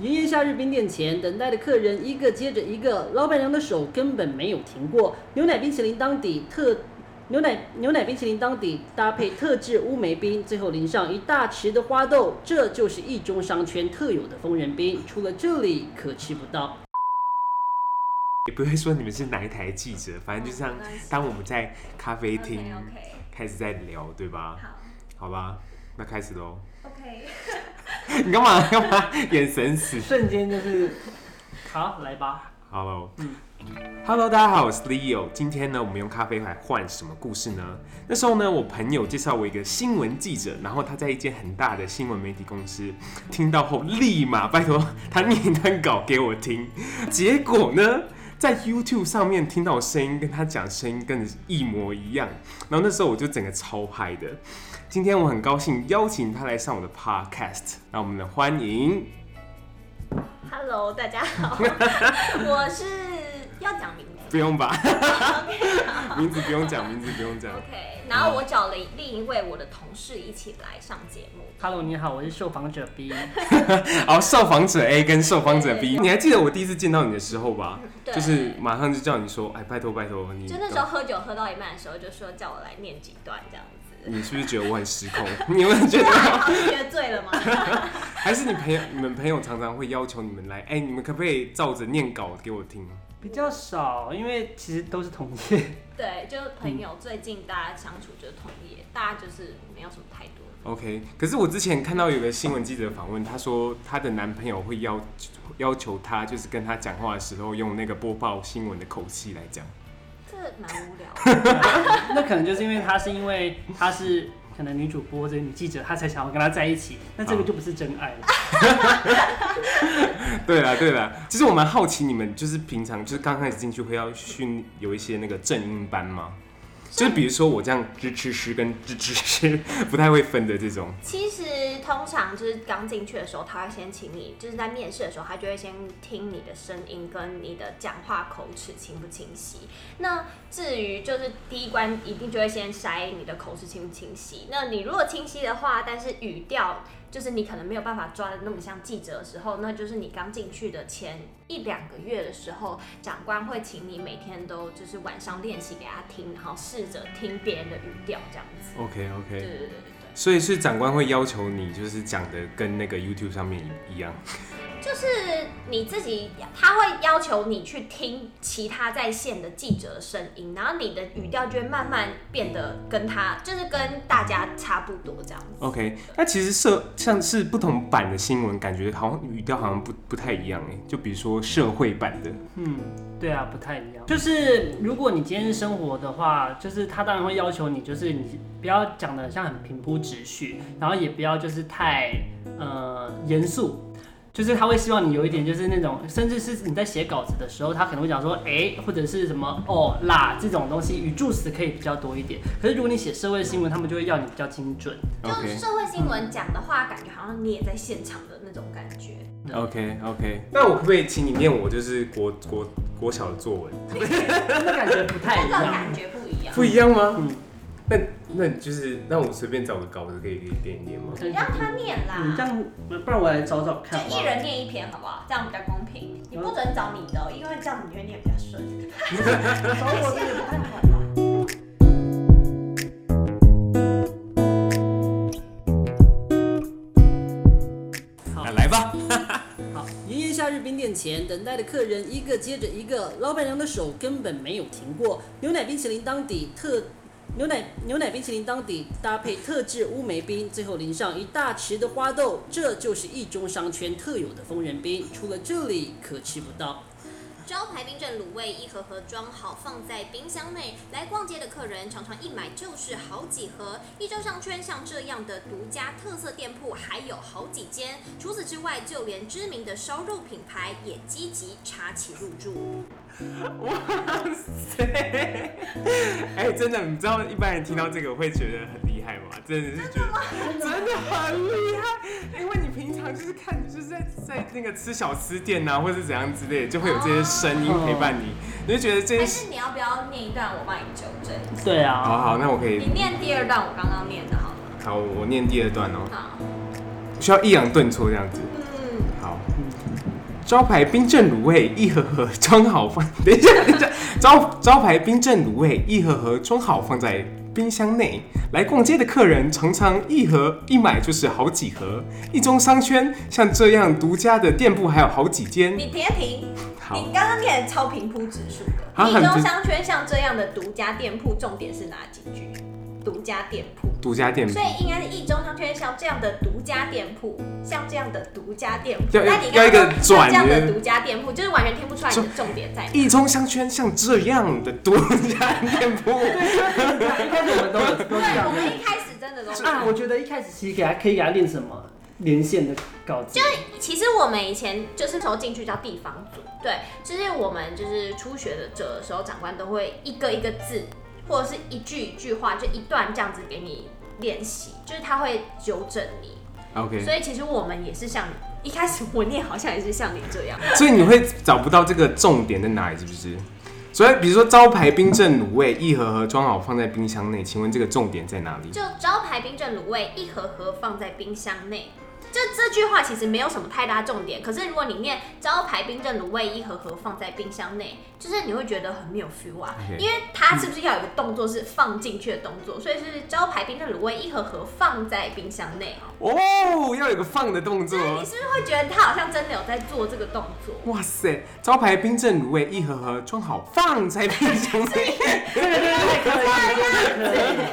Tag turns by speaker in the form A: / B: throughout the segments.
A: 炎炎夏日冰店前，等待的客人一个接着一个，老板娘的手根本没有停过。牛奶冰淇淋当底特。牛奶牛奶冰淇淋当底，搭配特制乌梅冰，最后淋上一大匙的花豆，这就是一中商圈特有的疯人冰，除了这里可吃不到。
B: 也不会说你们是哪一台记者， 反正就像
C: 哦没关系
B: 当我们在咖啡厅
C: OK，OK
B: 开始在聊，对吧？
C: 好
B: 好吧，那开始喽。
C: ，OK，
B: 你干嘛 干嘛？眼神死。
A: 瞬间就是，好，来吧。
B: Hello，Hello，大家好，我是 Leo。今天呢，我们用咖啡来换什么故事呢？那时候呢，我朋友介绍我一个新闻记者，然后他在一间很大的新闻媒体公司，听到后立马拜托他念一段稿给我听。结果呢，在 YouTube 上面听到我声音，跟他讲声音跟一模一样。然后那时候我就整个超嗨的。今天我很高兴邀请他来上我的 Podcast，那我们的欢迎
C: Hello，大家 好，我是要讲名字
B: 不用吧？名字不用讲，名字不用讲。
C: ，OK。然后我找了另一位我的同事一起来上节目。
A: Hello，你好，我是受访者 B。
B: 好，哦受访者 A 跟受访者 B，
C: 对
B: 你还记得我第一次见到你的时候吧？
C: 对
B: 就是马上就叫你说，哎，拜托拜托你。
C: 就那时候喝酒喝到一半的时候，就说叫我来念几段这样 子。
B: 你是不是觉得我很失控？ 你有没有觉得？
C: 还好是觉得醉了吗？
B: 还是你朋友、你们朋友常常会要求你们来，哎、你们可不可以照着念稿给我听？
A: 比较少，因为其实都是同业。
C: 对，就是朋友最近大家相处就是同业，大家就是没有什么太多。
B: OK，可是我之前看到有个新闻记者访问，她说她的男朋友会要要求她，就是跟她讲话的时候用那个播报新闻的口气来讲。
C: 这蛮无聊的，
A: 那可能就是因为她是因为她是可能女主播或者女记者，她才想要跟他在一起。那这个就不是真爱了。
B: 对啦对啦，其实我蛮好奇你们就是平常就是刚开始进去会要训有一些那个正音班吗？就是比如说我这样吱吱吱跟吱吱吱不太会分的这种，
C: 其实通常就是刚进去的时候，他会先请你，就是在面试的时候，他就会先听你的声音跟你的讲话口齿清不清晰。那至于就是第一关，一定就会先筛你的口齿清不清晰。那你如果清晰的话，但是语调就是你可能没有办法抓的那么像记者的时候，那就是你刚进去的前一两个月的时候，长官会请你每天都就是晚上练习给他听，然后试着听别人的语调这样子。
B: OK OK，
C: 对对对对对。
B: 所以是长官会要求你就是讲的跟那个 YouTube 上面一样。
C: 就是你自己，他会要求你去听其他在线的记者的声音，然后你的语调就会慢慢变得跟他，就是跟大家差不多这样子。
B: OK，那其实社像是不同版的新闻，感觉好像语调好像不不太一样哎。就比如说社会版的，
A: 嗯，对啊，不太一样。就是如果你今天是生活的话，就是他当然会要求你，就是你不要讲的像很平铺直叙，然后也不要就是太呃严肃。就是他会希望你有一点，就是那种，甚至是你在写稿子的时候，他可能会讲说，哎、或者是什么哦啦这种东西，语助词可以比较多一点。可是如果你写社会新闻，他们就会要你比较精准。
C: 就是
B: OK
C: 社会新闻讲的话，感觉好像你也在现场的那种感觉。
B: OK OK，那我可不可以请你念我就是国国国小的作文？
A: 那感觉不太
C: 那
A: 一
C: 个
A: 样。
C: 感觉不一样，
B: 不一样吗？
A: 嗯
B: 那那你就是那我随便找个稿子可以给你念一念吗？
C: 你让他念
A: 你这
C: 啦，
A: 样，不然我来找找
C: 就
A: 看。
C: 一人念一篇好不好？这样比较公平。你不准找你的哦，因为这样你会念比较顺。 找我这个不太可能。
A: 好
B: 啊来吧，
A: 好，炎炎夏日冰店前，等待的客人一个接着一个，老板娘的手根本没有停过。牛奶冰淇淋当底特。牛奶牛奶冰淇淋当底，搭配特制乌梅冰，最后淋上一大匙的花豆，这就是一中商圈特有的疯人冰，除了这里可吃不到。
D: 招牌冰镇卤味一盒盒装好，放在冰箱内。来逛街的客人常常一买就是好几盒。一周商圈像这样的独家特色店铺还有好几间。除此之外，就连知名的烧肉品牌也积极插旗入驻。
B: 哎、真的，你知道一般人听到这个会觉得很厉害吗？真的是觉得真的很厉害，因为你平常就是看就是在在那个吃小吃店呐、啊，或是怎样之类的，就会有这些声音陪伴你，你就觉得这
C: 还
B: 些
C: 是你要不要念一段，我帮你纠正？
A: 对
B: 好
A: 啊，
B: 好，那我可以
C: 你念第二段，我刚刚念的好了。
B: 好，我念第二段哦、
C: 好，
B: 需要抑扬顿挫这样子。
C: 嗯，
B: 好，招牌冰镇卤味一盒盒装好放，等一下，等一下，招招牌冰镇卤味一盒盒装好放在冰箱内。来逛街的客人常常一盒一买就是好几盒，一中商圈像这样独家的店铺还有好几间。
C: 你别停，
B: 好
C: 你，刚刚念得超平铺直述
B: 啊
C: 的。
B: 很
C: 一中
B: 平
C: 商圈像这样的独家店铺，重点是哪几句？独家店铺。
B: 独家店铺
C: 所。以应该是一中商圈像这样的独家店铺，像这样的独家店铺，
B: 要
C: 那你
B: 要一
C: 刚刚
B: 个
C: 说像
B: 转
C: 这样
B: 的
C: 的独家店铺，就是完全听不出来你的重点在哪。
B: 一中商圈像这样的独家店铺，
A: 一开始我们都有都
C: 对
A: 是这，
C: 我
A: 样
C: 们一开始真的都是。
A: 啊。我觉得一开始其实给他可以给他练什么连线的稿子，
C: 其实我们以前就是那时候进去叫地方组，对，就是我们就是初学的者的时候，长官都会一个一个字，或者是一句一句话，就一段这样子给你练习，就是他会纠正你。
B: OK，
C: 所以其实我们也是像你一开始我念好像也是像你这样，
B: 所以你会找不到这个重点在哪里，是不是？所以比如说招牌冰镇卤味一盒盒装好放在冰箱内，请问这个重点在哪里？
C: 就招牌冰镇卤味一盒盒放在冰箱内。就这句话其实没有什么太大重点，可是如果你念招牌冰镇卤味一盒盒放在冰箱内，就是你会觉得很没有 feel 啊
B: OK
C: 因为它是不是要有一个动作是放进去的动作，所以是招牌冰镇卤味一盒盒放在冰箱内，
B: 哦，要有个放的动作哦
C: 就是。你是不是会觉得它好像真的有在做这个动作？
B: 哇塞，招牌冰镇卤味一盒盒装好放在冰箱 内，
A: 对对对，太可以了。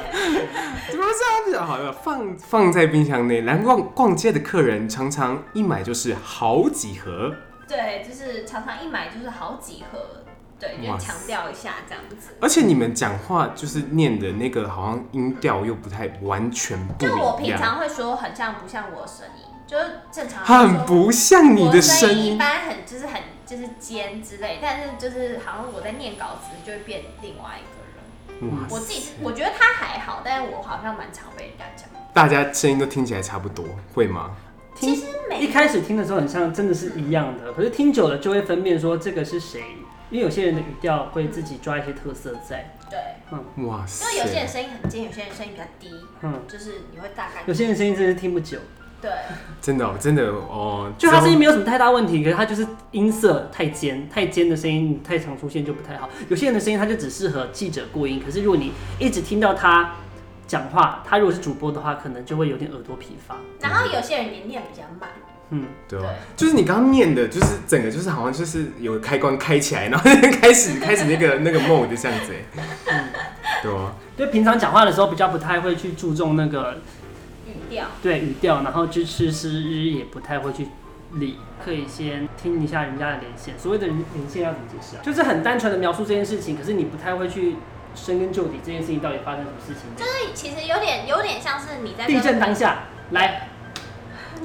B: 怎么这样子？好了，放放在冰箱内。来逛逛街的客人常常一买就是好几盒。
C: 对，就是常常一买就是好几盒，对，就
B: 哇
C: 是强调一下这样子。
B: 而且你们讲话就是念的那个，好像音调又不太完全不啊一
C: 就
B: 样，
C: 我平常会说很像不像我的声音，就是正常人
B: 很
C: 说
B: 不像 你
C: 我
B: 的
C: 声
B: 声
C: 一
B: 音。
C: 般很就是很就是尖之类，但是就是好像我在念稿子就会变另外一个人。
B: 哇
C: 我自己我觉得他还好，但是我好像蛮常被人家讲。
B: 大家声音都听起来差不多，会吗？
A: 听
C: 其实每
A: 一开始听的时候很像，真的是一样的。可是听久了就会分辨说这个是谁，因为有些人的语调会自己抓一些特色在。
C: 对，
B: 哇
C: 因为有些人
B: 塞，
C: 声音很尖，有些人声音比较低，
A: 嗯，
C: 就是你会大概
A: 有些人声音真的是听不久，
C: 对
B: 真的、哦，真的哦，
A: 就他声音
B: 之后
A: 没有什么太大问题，可是他就是音色太尖，太尖的声音太常出现就不太好。有些人的声音他就只适合记者过音，可是如果你一直听到他讲话，他如果是主播的话，可能就会有点耳朵疲乏。
C: 然后有些人也念比较慢，
A: 嗯，
B: 对哦
C: 对，
B: 就是你刚刚念的，就是整个就是好像就是有个开关开起来，然后开始开始那个那个 mode 这样子，嗯，对 哦，
A: 就平常讲话的时候比较不太会去注重那个
C: 语调。
A: 对语调，然后就吃诗日也不太会去理，可以先听一下人家的连线。所谓的人连线要怎么解释啊？就是很单纯的描述这件事情，可是你不太会去深根究底这件事情到底发生什么事情。
C: 所以其实有点有点像是你在跟
A: 地震当下来，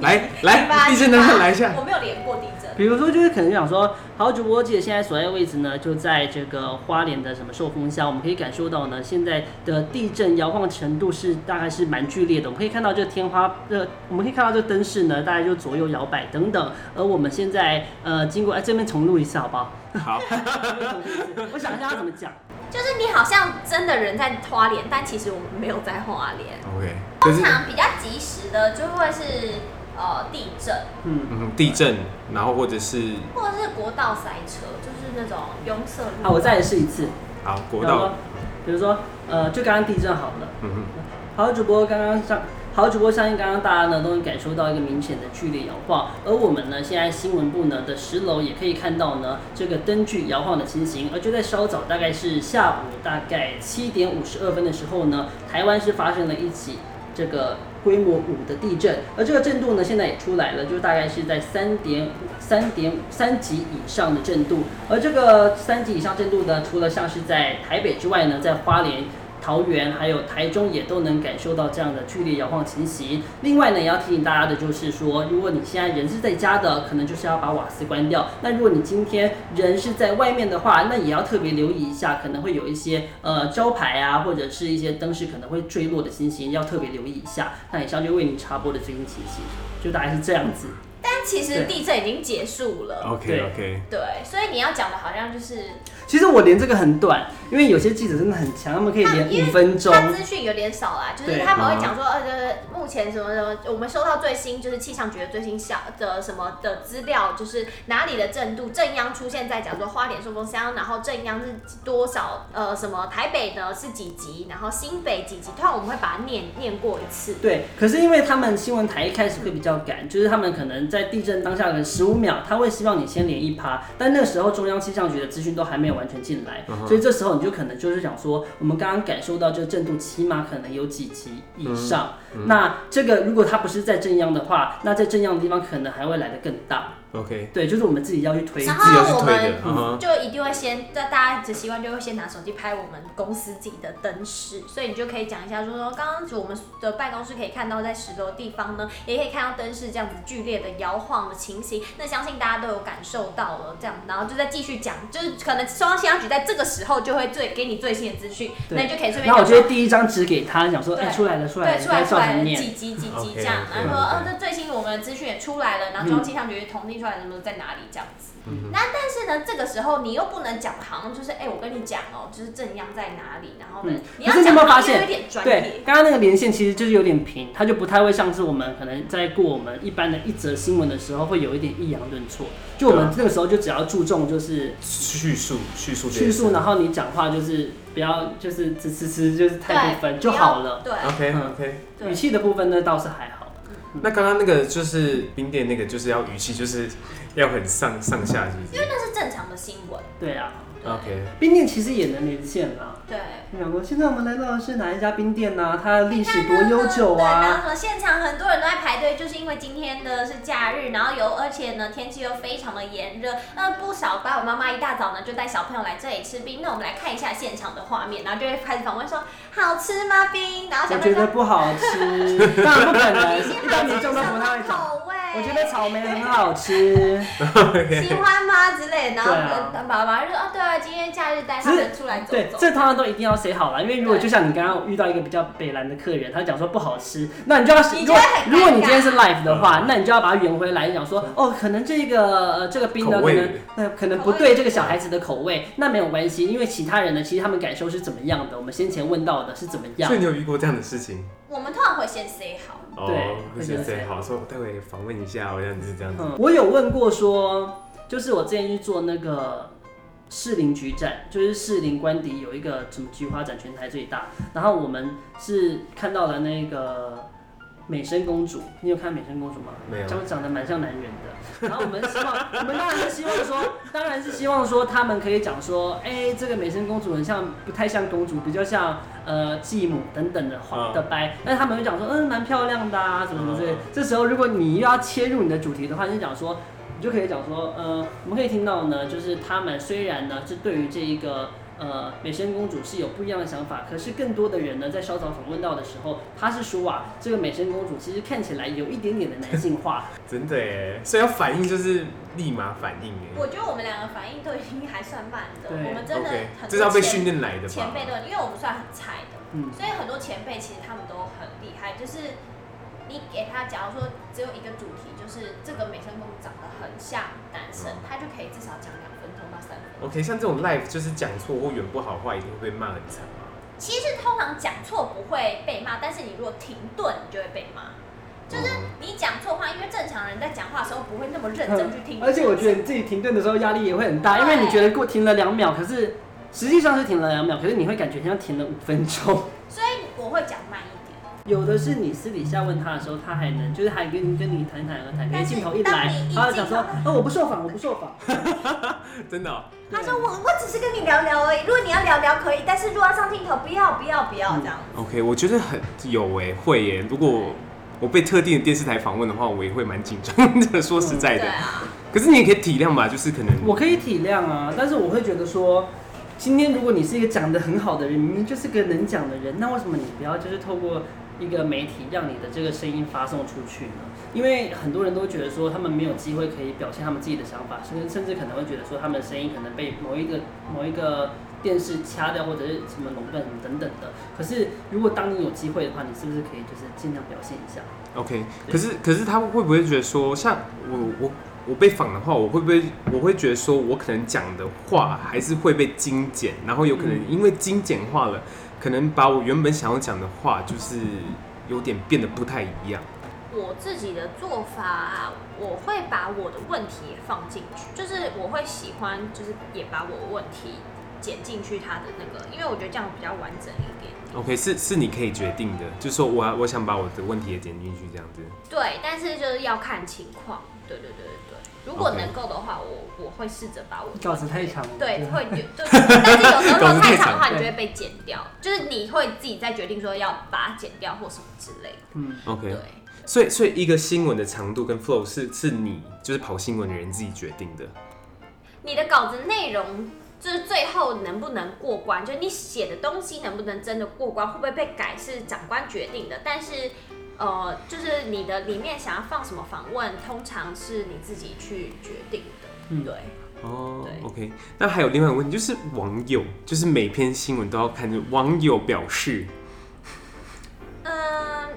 B: 来
C: 你吧
B: 来，地震当
C: 你
B: 中
C: 吧
B: 来一 下，
C: 我没有连过地震。
A: 比如说就是可能想说，好主播姐现在所在位置呢，就在这个花莲的什么受风下，我们可以感受到呢，现在的地震摇晃程度是大概是蛮剧烈的。我们可以看到这天花，呃，我们可以看到这灯饰呢，大概就左右摇摆等等。而我们现在呃，经过哎、这边重录一次好不好？
B: 好，
A: 我想一下要怎么讲。
C: 就是你好像真的人在花莲，但其实我们没有在花莲。
B: OK，可
C: 通
B: 是
C: 常比较及时的就会是呃地震，
A: 嗯，
B: 嗯，地震，然后或者是
C: 或者是国道塞车，就是那种拥塞路。
A: 好，啊我再来试一次。
B: 好国
A: 然后
B: 道，
A: 比如说，呃，就刚刚地震好了。
B: 嗯
A: 好主播刚刚上，好主播相信刚刚大家呢都能感受到一个明显的剧烈摇晃，而我们呢现在新闻部呢的十楼也可以看到呢这个灯具摇晃的情形，而就在稍早大概是下午大概七点五十二分的时候呢，台湾是发生了一起这个规模五的地震，而这个震度呢现在也出来了，就大概是在三点三点三级以上的震度，而这个三级以上震度呢，除了像是在台北之外呢，在花莲。桃园还有台中也都能感受到这样的剧烈摇晃情形。另外呢，也要提醒大家的就是说，如果你现在人是在家的，可能就是要把瓦斯关掉。那如果你今天人是在外面的话，那也要特别留意一下，可能会有一些呃招牌啊，或者是一些灯饰可能会坠落的情形，要特别留意一下。那以上就为您插播的最新情形，就大概是这样子。
C: 但其实
A: 对哦
C: 地震已经结束了，
B: OK OK，
C: 对，所以你要讲的好像就是
A: 其实我连这个很短，因为有些记者真的很强，他们可以
C: 他因
A: 连
C: 为
A: 五分钟。
C: 它资讯有点少啦，就是
A: 对嗯
C: 他们会讲说，呃，就是目前什么什么，我们收到最新就是气象局的最新小的什么的资料，就是哪里的震度，正央出现在讲说花莲寿丰乡，然后正央是多少，呃，什么台北呢是几级，然后新北几级，通常我们会把它念念过一次。
A: 对，可是因为他们新闻台一开始会比较赶，就是他们可能在地震当下的十五秒，他会希望你先连一趴，但那时候中央气象局的资讯都还没有完全进来，所以这时候你就可能就是想说，我们刚刚感受到这个震度起码可能有几级以上，那这个如果它不是在正央的话，那在正央的地方可能还会来得更大。
B: OK，
A: 对，就是我们自己要去推。
C: 然
B: 自己要去
C: 后我
B: 推的
C: 们，
B: 嗯哼
C: 就一定会先，那大家的习惯就会先拿手机拍我们公司自己的灯饰，所以你就可以讲一下说说，刚刚我们的办公室可以看到在石头的地方呢，也可以看到灯饰这样子剧烈的摇晃的情形，那相信大家都有感受到了这样，然后就再继续讲，就是可能中央气象局在这个时候就会最给你最新的资讯，
A: 对
C: 那你就可以顺便
A: 然后我
C: 讲
A: 就
C: 说。
A: 会第一张纸给他，想说，哎、
C: 对
A: 出来了，出来了，
C: 对，出来
A: 你该照
C: 出
A: 着
C: 来了，
A: 念
C: 几级几级
B: OK，
C: 这样，然
B: OK，
C: 后说，哦，
B: OK
C: 这最新我们的资讯也出来了，然后
A: 嗯
C: 中央气象局统计出来什么在哪里这样子。那但是呢，这个时候你又不能讲，好像就是，哎，我跟你讲哦，就是正央在哪里，然后呢
A: 嗯，
C: 你
A: 可
C: 要
A: 是你有
C: 讲
A: 没有
C: 好
A: 发
C: 像
A: 现
C: 有一点专
A: 对
C: 业，，
A: 刚刚那个连线其实就是有点平，它就不太会像是我们可能在过我们一般的一则新闻的时候，会有一点抑扬顿挫。就我们那个时候就只要注重就是
B: 叙述叙述这件
A: 叙
B: 事
A: 述，然后你讲话就是不要就是吱吱吱，就是太
C: 对
A: 不分就好了。
C: 对，
B: OK
A: 嗯
B: OK，
C: 对
A: 语气的部分呢倒是还好，
B: 那刚刚那个就是冰店那个，就是要语气就是要很上上下，是不是
C: 那是正常的新闻，
A: 对啊，
C: 对
B: ？OK，
A: 冰店其实也能连线啦。
C: 对。
A: 我想说，现在我们来到的是哪一家冰店呢、它的历史多悠久
C: 对，然
A: 啊！
C: 后呢，现场很多人都在排队，就是因为今天呢是假日，然后有而且呢天气又非常的炎热，那不少爸爸妈妈一大早呢就带小朋友来这里吃冰。那我们来看一下现场的画面，然后就会开始访问说好吃吗冰？然后小
A: 我
C: 朋
A: 觉
C: 友
A: 得
C: 说
A: 不好 吃，当然不可能，
C: 你
A: 一
C: 先
A: 般
C: 好
A: 民
C: 吃
A: 众
C: 什
A: 都不太
C: 么
A: 会 讲。
C: 口味？
A: 我觉得草莓很好吃，
C: 喜欢吗之类的，然后
A: 对啊
C: 爸爸妈妈就说哦对啊，今天假日带他
A: 只
C: 们出来走
A: 对，
C: 走。
A: 这通常都一定要 say 好啦，因为如果
C: 对
A: 就像你刚刚遇到一个比较北蓝的客人，他讲说不好吃，那你就要
C: 你
A: 如
C: 就
A: 果
C: 会很尴尬
A: 如果你今天是 live 的话
B: 嗯，
A: 那你就要把它圆回来，讲说哦，可能这个呃这个冰呢，
B: 口
A: 可
B: 味
A: 能那可能不对这个小孩子的口味，那没有关系，因为其他人呢，其实他们感受是怎么样的，我们先前问到的是怎么样
B: 所以，你有遇过这样的事情？
C: 我们通常会先 say 好，
B: 哦，
A: 会
B: 会觉
A: 觉得
B: 得谁好？说我待会访问一下哦，这样子这样子。
A: 嗯，我有问过说，就是我之前去做那个士林局展，就是士林官邸有一个什么菊花展，全台最大。然后我们是看到了那个美声公主，你有看美声公主吗？
B: 没有
A: 长长得蛮像男人的。然后我们希望，我们当然是希望说，当然是希望说他们可以讲说，哎、这个美声公主很像，不太像公主，比较像呃继母等等的
B: 嗯
A: 话的掰。但是他们会讲说，嗯，蛮漂亮的啊，什么什么之类的
B: 嗯。
A: 这时候如果你又要切入你的主题的话，你就讲说，你就可以讲说，呃，我们可以听到呢，就是他们虽然呢是对于这一个呃美声公主是有不一样的想法，可是更多的人呢在稍早访问到的时候，他是说啊，这个美声公主其实看起来有一点点的男性化，
B: 真的耶，所以要反应就是立马反应
C: 我
B: 耶。
C: 觉得我们两个反应都已经还算慢的，
A: 对
C: 我们真的
B: OK，
C: 很多
B: 这是要被
C: 前
B: 训练来的吧？
C: 前辈都，因为我们算很菜的，
A: 嗯，
C: 所以很多前辈其实他们都很厉害。就是你给他，假如说只有一个主题，就是这个美声公主长得很像男生，
B: 嗯
C: 他就可以至少讲两分钟到三分钟。
B: OK，像这种 live 就是讲错或圆不好话，一定会被骂很惨嘛。
C: 其实通常讲错不会被骂，但是你如果停顿，你就会被骂。就是
A: 嗯
C: 你讲错话，因为正常人在讲话的时候不会那么认真去听。
A: 嗯而且我觉得你自己停顿的时候压力也会很大，因为你觉得过停了两秒，可是实际上是停了两秒，可是你会感觉像停了五分钟。
C: 所以我会讲慢一点。
A: 有的是你私底下问他的时候，他还能就是还跟你跟你谈一谈而谈，可
C: 但
A: 是
C: 是
A: 镜头一
C: 当
A: 来
C: 你一，
A: 他
C: 进
A: 就讲说
C: 到，
A: 哦，我不受访，我不受访。
B: 真的哦、
C: 他说我我只是跟你聊聊而已，如果你要聊聊可以，但是如果要上镜头，不要不要不要这
A: 嗯
C: 样。
B: OK，我觉得很有哎，会耶。如果我被特定的电视台访问的话，我也会蛮紧张的。说实在
C: 对
B: 的，
C: 啊，
B: 可是你也可以体谅吧，就是可能
A: 我可以体谅啊，但是我会觉得说，今天如果你是一个讲得很好的人，明明就是个能讲的人，那为什么你不要就是透过一个媒体让你的这个声音发送出去呢？因为很多人都觉得说他们没有机会可以表现他们自己的想法，甚至甚至可能会觉得说他们的声音可能被某一个某一个电视掐掉或者是什么垄断等等的。可是如果当你有机会的话，你是不是可以就是尽量表现一下？
B: OK，
A: 对
B: 可是可是他会不会觉得说，像我我我被访的话，我会不会我会觉得说我可能讲的话还是会被精简，然后有可能因为精简化了，可能把我原本想要讲的话就是有点变得不太一样。
C: 我自己的做法啊，我会把我的问题也放进去，就是我会喜欢，就是也把我的问题剪进去他的那个，因为我觉得这样比较完整一点。
A: 哦
B: OK，是是你可以决定的，就是说我我想把我的问题也剪进去这样子。
C: 对，但是就是要看情况。对对对对对，如果
B: OK
C: 能够的话，我我会试着把我的
A: 稿子太长了，
C: 对，会就就，但是有时候如果太长的 话，
A: 对
C: 你就会被剪掉，就是你会自己再决定说要把它剪掉或什么之类的。
A: 嗯，
B: OK，
C: 对，
B: 所以所以一个新闻的长度跟 flow 是是你就是跑新闻的人自己决定的。
C: 你的稿子内容就是最后能不能过关，就是你写的东西能不能真的过关，会不会被改是长官决定的，但是。呃，就是你的里面想要放什么访问，通常是你自己去决定的。
A: 嗯
C: 对，
B: 哦
C: 对
B: ，OK，那还有另外一个问题，就是网友，就是每篇新闻都要看，就是网友表示，
C: 嗯，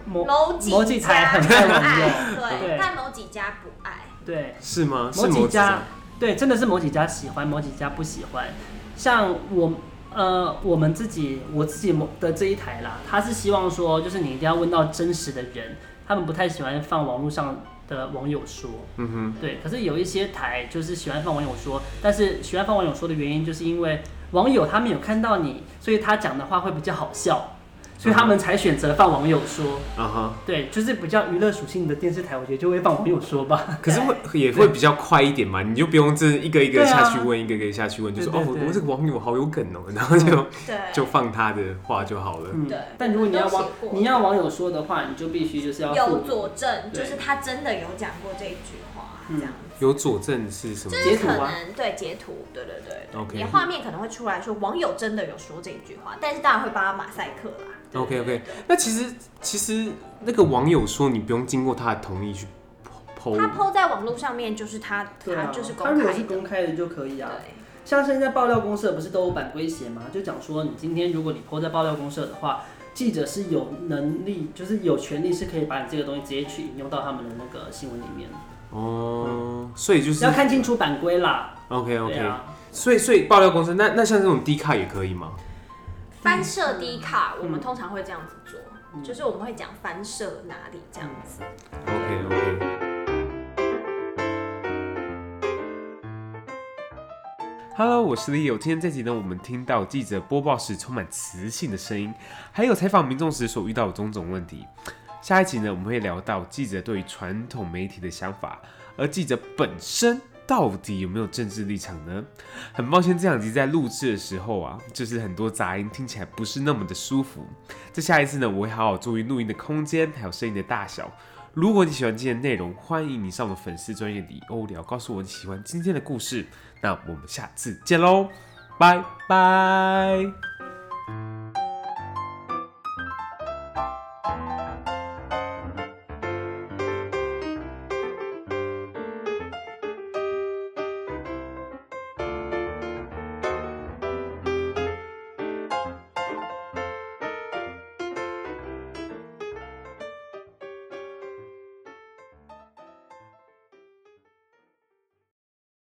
A: 某
C: 某
A: 某几
C: 几
A: 台
C: 家
A: 很
C: 不
A: 爱网
C: 爱，
A: 对
C: 对，但某几家不爱。
A: 对。
B: 是吗？是啊
A: 某几家
B: 家，
A: 对，真的是某几家喜欢，某几家不喜欢。像我，呃，我们自己，我自己的这一台啦，他是希望说，就是你一定要问到真实的人，他们不太喜欢放网络上的网友说，
B: 嗯
A: 对。可是有一些台就是喜欢放网友说，但是喜欢放网友说的原因，就是因为网友他们有看到你，所以他讲的话会比较好笑，所以他们才选择放网友说。
B: 哼，啊哈，
A: 对，就是比较娱乐属性的电视台，我觉得就会放网友说吧。
B: 可是会也会比较快一点嘛，你就不用这一个一
A: 对
B: 个
A: 啊
B: 下去问，一个一个下去问，就说
A: 对
B: 哦，
A: 对
B: 我
A: 对
B: 我这个网友好有梗 哦，然后就
C: 对，
B: 就放他的话就好了。
A: 嗯
C: 对
A: 但如果你要
C: 都
A: 网
C: 写过
A: 你要网友说的话，你就必须就是要
C: 有
A: 附
C: 佐证，
A: 对
C: 就是他真的有讲过这一句话，
A: 嗯
C: 这样子。
B: 有佐证是什么？
A: 截
C: 就是
A: 图
C: 可
A: 啊
C: 能对截图，对对对对
B: OK
C: 你的画面可能会出来说网友真的有说这一句话，但是当然会帮他马赛克啦。对
B: OK，OK
C: 对对
B: 那其实其实那个网友说你不用经过他的同意去剖剖
C: 对
A: 哦
C: 他 PO 在网络上面就是他，
A: 对啊
C: 他就是
A: 他
C: 公
A: 如
C: 开
A: 果是公
C: 的，
A: 开的就可以啊。
C: 对。
A: 像现在爆料公社不是都有版规写吗？就讲说你今天如果你 PO 在爆料公社的话，记者是有能力，就是有权利是可以把你这个东西直接去引用到他们的那个新闻里面，
B: 哦，所以就是
A: 要看清楚版规啦。
B: OK
A: 对
B: OK，
A: 啊，
B: 所以所以爆料公司，那那像这种低卡也可以吗？
C: 翻摄低卡，我
A: 嗯
C: 们通常会这样子做，就是我们会讲翻摄哪里这样子。
B: OK OK。Hello，我是 Leo。今天这集呢，我们听到记者播报时充满磁性的声音，还有采访民众时所遇到的种种问题。下一集呢，我们会聊到记者对于传统媒体的想法，而记者本身到底有没有政治立场呢？很抱歉，这两集在录制的时候啊，就是很多杂音，听起来不是那么的舒服。在下一次呢，我会好好注意录音的空间，还有声音的大小。如果你喜欢今天的内容，欢迎你上我们粉丝专业里欧聊，告诉我你喜欢今天的故事。那我们下次见喽，拜拜。